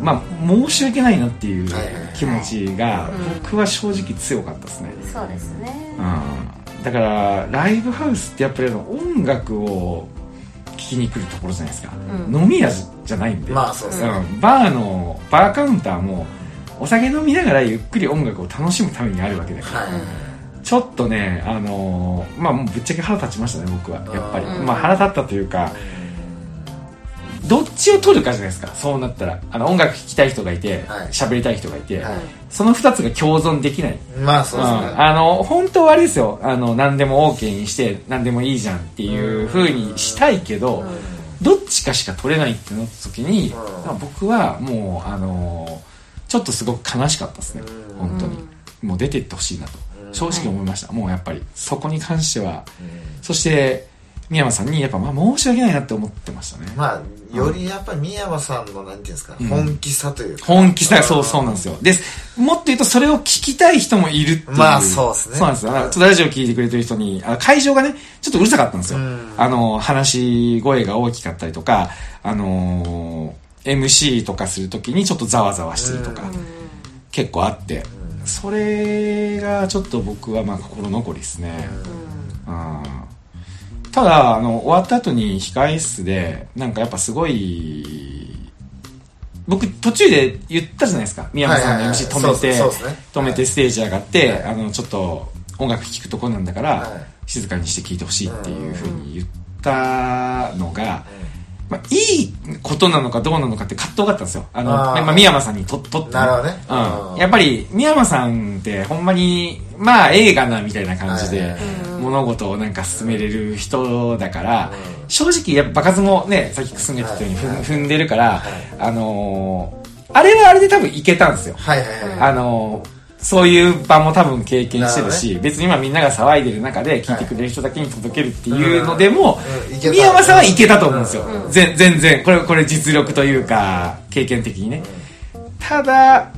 A: まあ、申し訳ないなっていう
C: はいはいはい
A: 気持ちが
B: うん
A: 僕は正直強かったですね、
B: そうですね
A: うん、だからライブハウスってやっぱりあの音楽を聴きに来るところじゃないですか、
B: うん
A: 飲み屋じゃないんで、
C: まあそうですね
A: うん、バーのバーカウンターもお酒飲みながらゆっくり音楽を楽しむためにあるわけだから
C: はい
A: ちょっとねあのーまあもうぶっちゃけ腹立ちましたね僕はやっぱり
B: うん
A: まあ腹立ったというかどっちを取るかじゃないですかそうなったらあの音楽聴きたい人がいて
C: はい
A: 喋、りたい人がいて、
C: はい
A: その2つが共存できない
C: まあそうですね
A: うんあの本当はあれですよあの何でも OK にして何でもいいじゃんっていう風にしたいけど、
B: うん
A: どっちかしか取れないってなった時に、
C: うん
A: まあ僕はもうあのちょっとすごく悲しかったですね、
C: うん
A: 本当に、もう出てってほしいなと
C: うん
A: 正直思いました、もうやっぱりそこに関しては
C: うん
A: そして宮山さんにやっぱまあ申し訳ないなって思ってましたね、
C: まあよりやっぱり三山さんのなんていうんですか
A: ん
C: 本気さというか
A: 本気さ
C: うん
A: そうそうなんですよ。で、もっと言うとそれを聞きたい人もいるっていう。
C: まあそうですね
A: そうなんですよ。だからちょっとラジオ聞いてくれてる人に、あ会場がね、ちょっとうるさかったんですよ
C: うん。
A: あの、話し声が大きかったりとか、あのー MC とかするときにちょっとざわざわしてるとか
C: う、
A: 結構あって、それがちょっと僕はまあ心残りですね。うんただあの終わった後に控え室でなんかやっぱすごい僕途中で言ったじゃないですか宮本さん
C: はい
A: の
C: はいはい
A: MC 止めて、
C: そうそうそうですね
A: 止め
C: は
A: てステージ上がって、あのちょっと音楽聴くとこなんだから、
C: はい
A: 静かにして聴いてほしいっていうふうに言ったのが、まあ、いいことなのかどうなのかって葛藤があったんですよあの
C: あー
A: まあ、宮山さんにととって
C: なるほどね
A: うん
C: うん
A: やっぱり宮山さんってほんまにまあ映画なみたいな感じで、
C: はいはいはい
A: 物事をなんか進めれる人だから、正直やっぱ場数もねさっきくすんでたように踏,、
C: はい
A: 踏んでるから、
C: はい
A: あのーあれはあれで多分いけたんですよ、
C: はいはいはい
A: あのーそういう場も多分経験してるし、別に今みんなが騒いでる中で聞いてくれる人だけに届けるっていうのでも、
C: うんうんいけた
A: 宮山さんはいけたと思うんですよ、
B: うん
A: ぜ全然これこれ実力というか経験的にねただ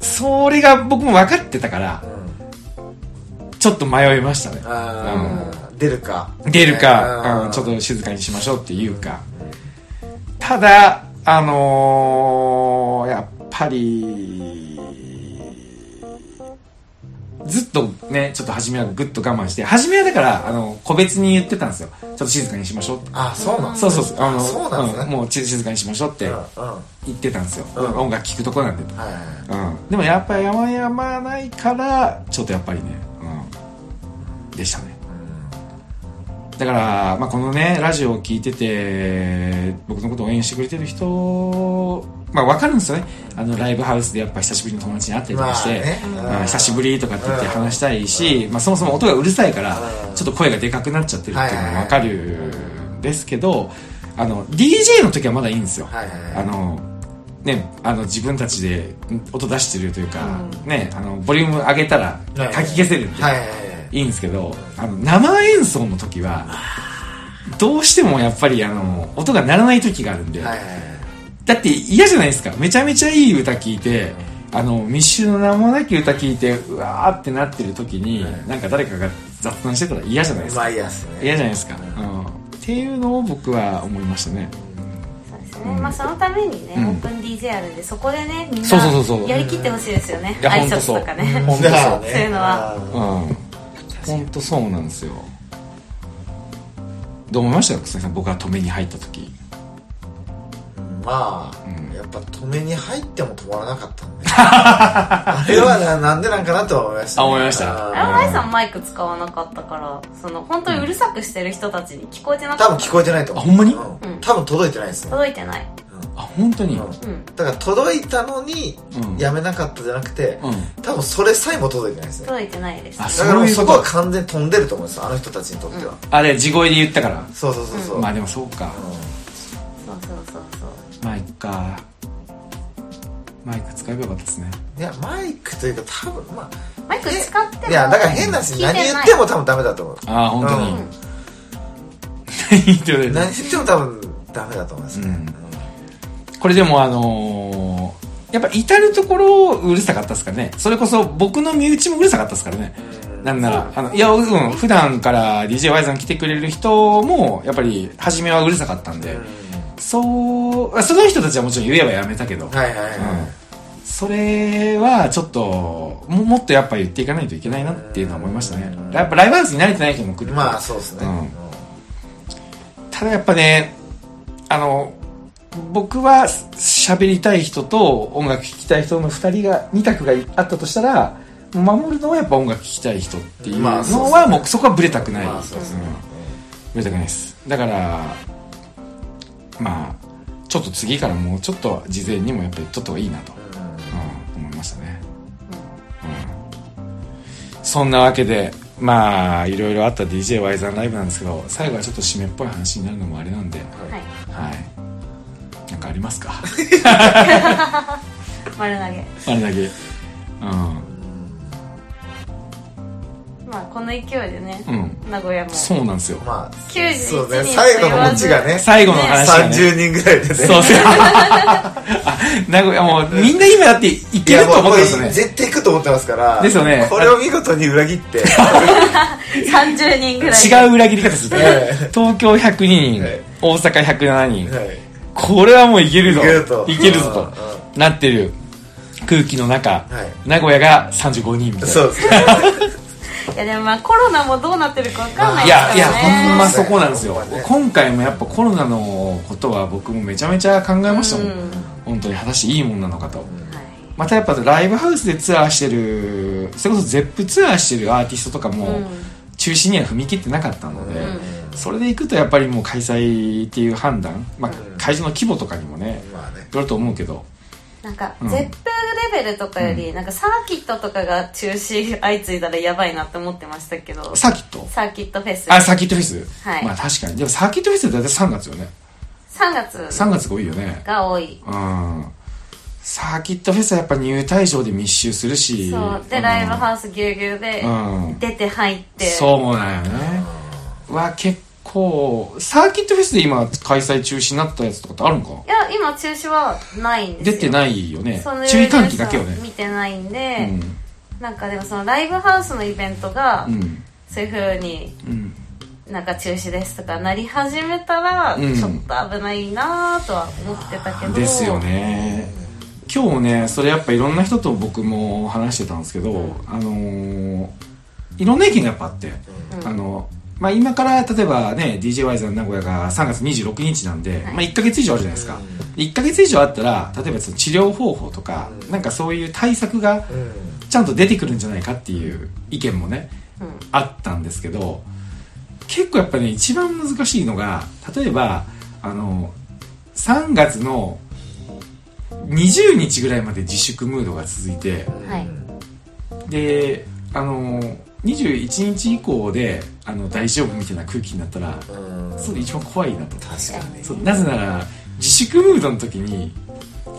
A: それが僕も分かってたから
C: うん
A: ちょっと迷いましたね
C: あー出るか
A: 出るか、
C: う
A: うんん、ちょっと静かにしましょうっていうか、ただあのーやっぱりずっとねちょっと初めはぐっと我慢して初めはだからあの個別に言ってたんですよちょっと静かにしましょうって
C: あそうなん
A: そうそうそうあの
C: そうなんですね
A: うんもうち静かにしましょうって
C: うんうんは
A: 言ってたんですよ、
C: うん
A: 音楽聴くとこなんでと
C: いはいはい
A: うん、でもやっぱ山々ないからちょっとやっぱりね、うん、でしたねだから、まあ、このねラジオを聞いてて僕のことを応援してくれてる人まあ分かるんですよねあのライブハウスでやっぱ久しぶりの友達に会ったりとかして、
C: まあね
A: うん
C: うん
A: 久しぶりとかって言って話したいし、まあ、そもそも音がうるさいから
C: うん
A: ちょっと声がでかくなっちゃってるっていうの
C: はい
A: も
C: はいはい
A: 分かるんですけどあの DJ の時はまだいいんですよ、
C: はいはい
A: あのね、あの自分たちでん音出してるというか、ね、あのボリューム上げたら
C: はい
A: かき消せるんで、
C: はい
A: い
C: はいはい
A: いんですけどあの生演奏の時はどうしてもやっぱりあの音が鳴らない時があるんで、
C: はいはいはい
A: だって嫌じゃないですかめちゃめちゃいい歌聴いて、あの密集の名もなき歌聴いてうわーってなってる時に、なんか誰かが雑談してたら嫌じゃないですか、
C: まあいいやっすね
A: 嫌じゃないですか、うん、っていうのを僕は思いましたね
B: そうですねまあそのためにね、
A: うん
B: オープン DJ あるんでそこでねみん
A: そうそうそうそう
B: なやりきってほしいですよね
A: いや
B: 挨
A: ほんとそう
B: 拶とかね
A: ほんとそう
B: [laughs] そういうのは
C: あー
A: うん本当そうなんですよどう思いましたか草木さん僕が止めに入った時
C: まあ、やっぱ止めに入っても止まらなかったんで
A: [laughs]
C: あれはななんでなんかなとは思いました、
A: あ思いました
B: あ
C: あー
B: の前さんマイク使わなかったからその本当にうるさくしてる人たちに聞こえてなか
C: 多
B: った、
C: 分聞こえてないと思う
A: あほんまに
C: う多分届いてないですね
B: 届いてない
A: あ本当に。うん。
B: うん
C: だから届いたのに
A: うん
C: やめなかったじゃなくて、
A: うん
C: 多分それさえも届いてないですね
B: 届いてないです
A: あ
C: だからも
A: そう
C: う
A: い
C: そうこ
A: こと
C: は完全に飛んでると思うんですよあの人たちにとっては、
A: あれ、地声で言ったから。
C: そうそうそうそう、
A: まあでもそうか。
B: そうそうそうそう
A: マイクか。マイク使えばよかったですね。
C: いやマイクというか多分まあ
B: マイク使っても
C: いやだから変な話
B: 聞い
C: 何
B: てない
C: 言っても多分ダメだと思う
A: ああ、本当に。
C: うん
A: 何言ってる
C: 何言っても多分ダメだと思いますね、
A: うん
C: うん
A: これでもあのーやっぱ至る所うるさかったですからね。それこそ僕の身内もうるさかったですからね。なんなら、あの、いや、うん、普段から DJY さん来てくれる人も、やっぱり、初めはうるさかったんで、そう、あその人たちはもちろん言えばやめたけど、
C: はいはいはい、
A: うんそれはちょっとも、もっとやっぱ言っていかないといけないなっていうのは思いましたね。やっぱライブハウスに慣れてない人も来る。
C: まあそうですね、
A: うん
C: うん
A: ただやっぱね、あの、僕は喋りたい人と音楽聴きたい人の二人が、二択があったとしたら、守るのはやっぱ音楽聴きたい人っていうの
C: まあそうっす
A: は、
C: ね
A: もうそこはブレたくない。
C: まあそうですね、
A: うん売れたくないですだからまあちょっと次からもうちょっと事前にもやっぱりちょっといいなと、うん、思いましたね、うん、そんなわけでまあいろいろあった DJY ザンライブなんですけど最後はちょっと締めっぽい話になるのもあれなんで
B: はい
A: はいなんかありますか
B: 丸投げ
A: あれだけうん
B: まあこの勢いでね、
A: うん
B: 名古屋も
A: そうなんですよ
C: まあ
B: 91
C: そうね
B: 人
C: 最後のオチがね
A: 最後の話がね
C: 30人ぐらいでね
A: そうそう名古屋もうみんな今だってい
C: い
A: ける
C: や
A: と思
C: も
A: っ
C: う
A: て
C: こ
A: ま
C: れ
A: すよね
C: 絶対行くと思ってますから
A: ですよね
C: これを見事に裏
A: [laughs]
C: 切って
B: 30人ぐらい
A: 違う裏切り方する、
C: ええ
A: 東京100人、
C: ええ
A: 大阪107人、
C: はい
A: これはもういけるぞ
C: いけると
A: けるぞと、
C: う
A: なってる空気の中、
C: い
A: 名古屋が35人みたいな
C: そうですね
B: いやでもまあコロナもどうなってるかわかんない
A: い
B: で
A: や
B: すからね
A: いやほんまそこなんですよ、
C: ほんまね
A: 今回もやっぱコロナのことは僕もめちゃめちゃ考えましたもん、
B: うん
A: 本当に果たしていいもんなのかと、
B: はい
A: またやっぱライブハウスでツアーしてるそれこそ ZEP ツアーしてるアーティストとかも、
B: うん
A: 中止には踏み切ってなかったので、
B: うん
A: それでいくとやっぱりもう開催っていう判断、まあ
C: うん、
A: 会場の規模とかにもね
C: まあね
A: いろいろと思うけど
B: なんか、
A: うん
B: ゼップレベルとかより、なんかサーキットとかが中止相次いだらやばいなって思ってましたけど
A: サーキット
B: サーキットフェス
A: あサーキットフェス、
B: はい
A: まあ確かにでもサーキットフェスって大体3月よね
B: 3月
A: 3月が多いよね
B: が多い
A: うんサーキットフェスはやっぱ入退場で密集するし
B: そうで
A: ん
B: ライブハウスぎゅうぎゅうで
A: うん
B: 出て入って
A: そうなんよねは結構サーキットフェスで今開催中止になったやつとかってあるんか
B: いや今中止はないんです
A: 出
B: よ
A: てないよね
B: その
A: 注意喚起だけよね
B: 見てないんで、
A: うん
B: なんかでもそのライブハウスのイベントが、
A: うん
B: そういう風に
A: うん
B: なんか中止ですとかなり始めたら、
A: うん
B: ちょっと危ないなとは思ってたけど
A: ですよね今日ねそれやっぱいろんな人と僕も話してたんですけど、あのーいろんな意見がやっぱあって、
B: うん
A: あのまあ、今から例えばね d j y さん名古屋が3月26日なんで、まあ、1ヶ月以上あるじゃないですか、1ヶ月以上あったら例えばその治療方法とか、
C: うん
A: なんかそういう対策が
C: うん
A: ちゃんと出てくるんじゃないかっていう意見もね
B: うん
A: あったんですけど結構やっぱりね一番難しいのが例えばあの3月の20日ぐらいまで自粛ムードが続いて
B: はい
A: であの21日以降であの大丈夫みたいな空気になったら
C: うん
A: それ一番怖いなと
C: 確かに
A: そうなぜなら自粛ムードの時に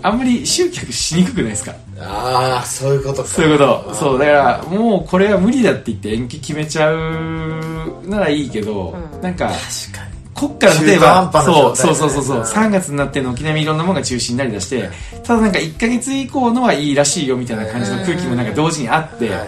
A: あんまり集客しにくくないですか
C: ああそういうことか
A: そういうこ
C: あ
A: と
C: ー
A: そうだからもうこれは無理だって言って延期決めちゃうならいいけど、
B: うん
A: なんか
C: 確かに
A: こっから例え
C: 中途
A: ば
C: 半端
A: そ
C: な
A: う
C: 状態
A: そうそうそう
C: だね
A: そう
C: うん
A: 3月になって軒並みいろんなものが中止になりだしてただなんか1ヶ月以降のはいいらしいよみたいな感じの空気もなんか同時にあって
C: はいはい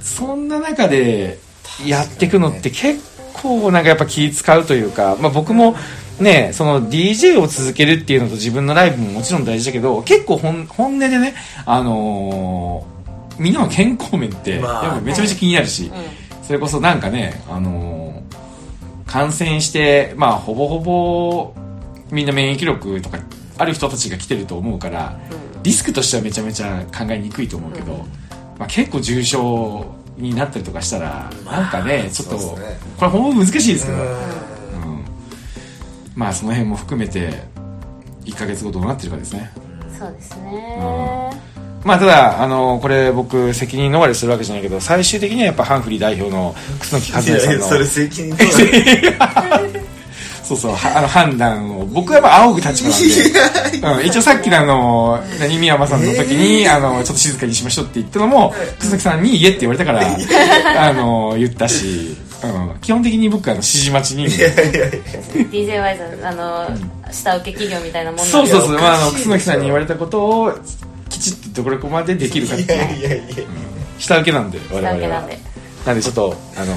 A: そんな中でやっていくのって結構なんかやっぱ気使うというか、まあ、僕もねその DJ を続けるっていうのと自分のライブももちろん大事だけど結構本本音でねあのーみんなの健康面ってやっ
C: まあ
A: ぱめちゃめちゃ気になるし、
B: う
A: それこそなんかね、あのー感染して、まあ、ほぼほぼ、みんな免疫力とか、ある人たちが来てると思うから、リスクとしてはめちゃめちゃ考えにくいと思うけど、
B: うん
A: まあ、結構重症になったりとかしたら、なんかね、ちょっと、
C: そうですね
A: これほんま難しいです
C: う
A: けど、
C: ん
A: うんまあ、その辺も含めて、 1ヶ月後どうなってるかですね
B: そうですね
A: まあただあのこれ僕責任逃れするわけじゃないけど最終的にはやっぱハンフリー代表の楠木和
C: い
A: 也さ
C: や
A: ん
C: いや
A: の
C: それ責任取
A: [laughs]
C: らない
A: そうそうはあの判断を僕はまあ仰ぐ立場なんで、うん、一応さっきのあの何宮山さんの時に、あのちょっと静かにしましょうって言ったのも楠木さんに「言え」って言われたからあの言ったし、うん、基本的に僕はあの指示待ちに。
C: いやいや
B: DJY さんあの下請け企業みたいなもんなんで
A: そうそうそう、
C: いや
A: まあ、あ
C: お
A: の
C: かしい
A: 楠木さんに言われたことをきちっとどれこまでできるかって
C: いやいやいや
A: 下請けなんで我々
B: 下
A: は
B: 請けなんで
A: なんでちょっとあの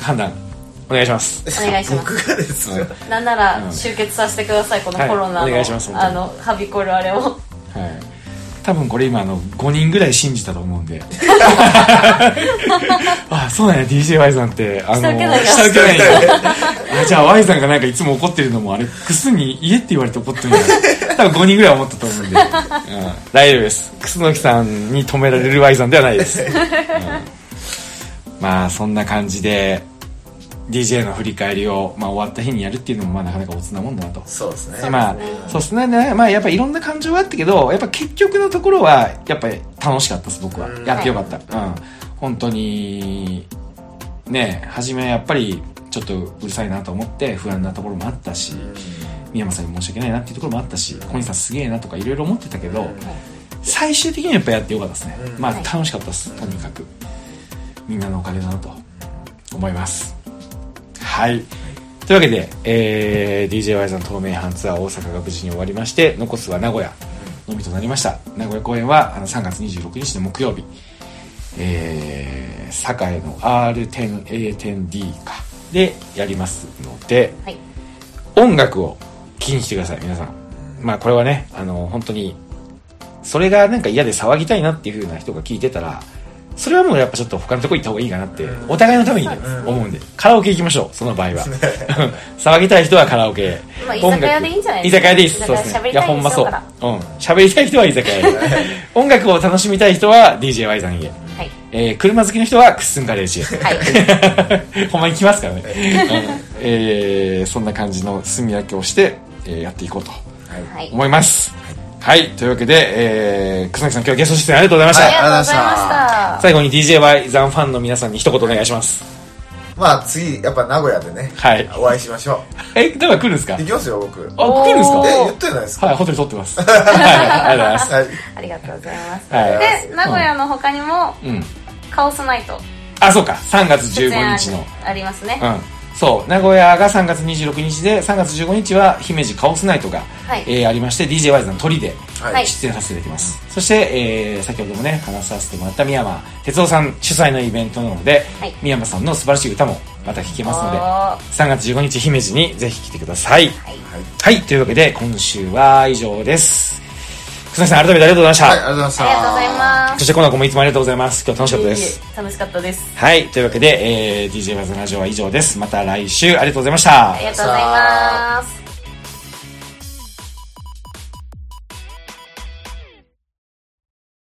A: 判断お願いし
C: [laughs]
A: ます
B: お願いします
C: 僕がですよ
B: なんな
A: うん
B: ら集結させてくださいこの
A: はい
B: コロナ
A: お
B: の、
A: 願いします本当
B: あ
A: に
B: のはびこるあれを
A: はい多分これ今あの5人ぐらい信じたと思うん
B: [laughs]
A: であそうなんや DJY さんってあの
B: 下請けなんや
A: 下請けないんやあじゃあ Y さんがなんかいつも怒ってるのもあれクスに家って言われて怒ってるんや多分5人ぐらい思ったと思うん
B: [laughs]
A: で、うん、大丈夫です楠木さんに止められる Y さんではない
B: [laughs]
A: です、うんまあそんな感じで DJ の振り返りを、まあ、終わった日にやるっていうのもまあなかなかおつなもんだなと
C: そうですね
A: まあ、そうっすね。ねまあ、やっぱいろんな感情はあったけど、やっぱ結局のところは、やっぱり楽しかったです、僕は
C: う。ん
A: やってよかった。うん。本当に、ね、初めやっぱり、ちょっとうるさいなと思って、不安なところもあったし、宮山さんに申し訳ないなっていうところもあったし、小西さんすげえなとかいろいろ思ってたけど、最終的にはやっぱやってよかったですね。
C: うん
A: まあ、
B: はい
A: 楽しかったです、とにかく。みんなのおかげだなと思います。はい。というわけで、えー、DJY さん透明版ツアー大阪が無事に終わりまして、残すは名古屋のみとなりました。名古屋公演はあの3月26日の木曜日、えー、堺の R10、A10D か、でやりますので、
B: はい
A: 音楽を聴きに来てください皆さんまあこれはねあの本当にそれがなんか嫌で騒ぎたいなっていう風な人が聞いてたらそれはもうやっぱちょっと他のとこ行った方がいいかなってお互いのためにね思うんでカラオケ行きましょうその場合は [laughs] 騒ぎたい人はカラオケ
B: まあ居酒屋でいいんじゃない
A: 居酒屋でいいですそうです
B: 居酒屋
A: ね
B: 喋りたい
A: ほんまそう
B: 人から
A: うん喋りたい人は居酒屋 [laughs] へ音楽を楽しみたい人は DJY さんへ
B: はい
A: えー車好きの人はクッスンガレージへ
B: はい
A: [laughs] ほんまに来ますからね。うんえーそんな感じの住み分けをして、えーやっていこうと
B: はい
A: 思います。はい。というわけで、えー、草木さん今日はゲスト出演ありがとうございました。
B: ありがとうございました
A: 最後に DJY ザンファンの皆さんに一言お願いします。
C: まあ次やっぱ名古屋でね
A: はい
C: お会いしましょ
A: え、だから来るんですか
C: う行きますよ僕
A: あ、来るんです
B: お
C: え
A: か
B: ー
C: 言ったじゃないですか
A: はい、ホテル取ってます。はい、ありがとうございます。
C: はい
B: ありがとうございます、
A: は
B: で名古屋の他にも、
A: い。うん。
B: カオスナイト
A: あ、そうか。3月
B: 出演
A: 15日の。
B: ありますね、
A: うん、そう名古屋が3月26日で3月15日は姫路カオスナイトが、
B: はい
A: えーありまして DJY さんの鳥で
C: はい
A: 出演させていただきます、そして、えー先ほどもね話させてもらった三山哲夫さん主催のイベントなので、
B: はい
A: 三山さんの素晴らしい歌もまた聴けますので
B: おー
A: 3月15日姫路にぜひ来てくださいはいい、というわけで今週は以上です草木さん改めてありがとうございました、
C: はいありがとうございま
B: あ
C: した
B: りがとうございます
A: そしてコナコもいつもありがとうございます今日楽しかったです
B: いえいえ楽しかったです
A: はい。というわけで、えー、DJ バズラジオは以上です。また来週ありがとうございました。
B: ありがとうございます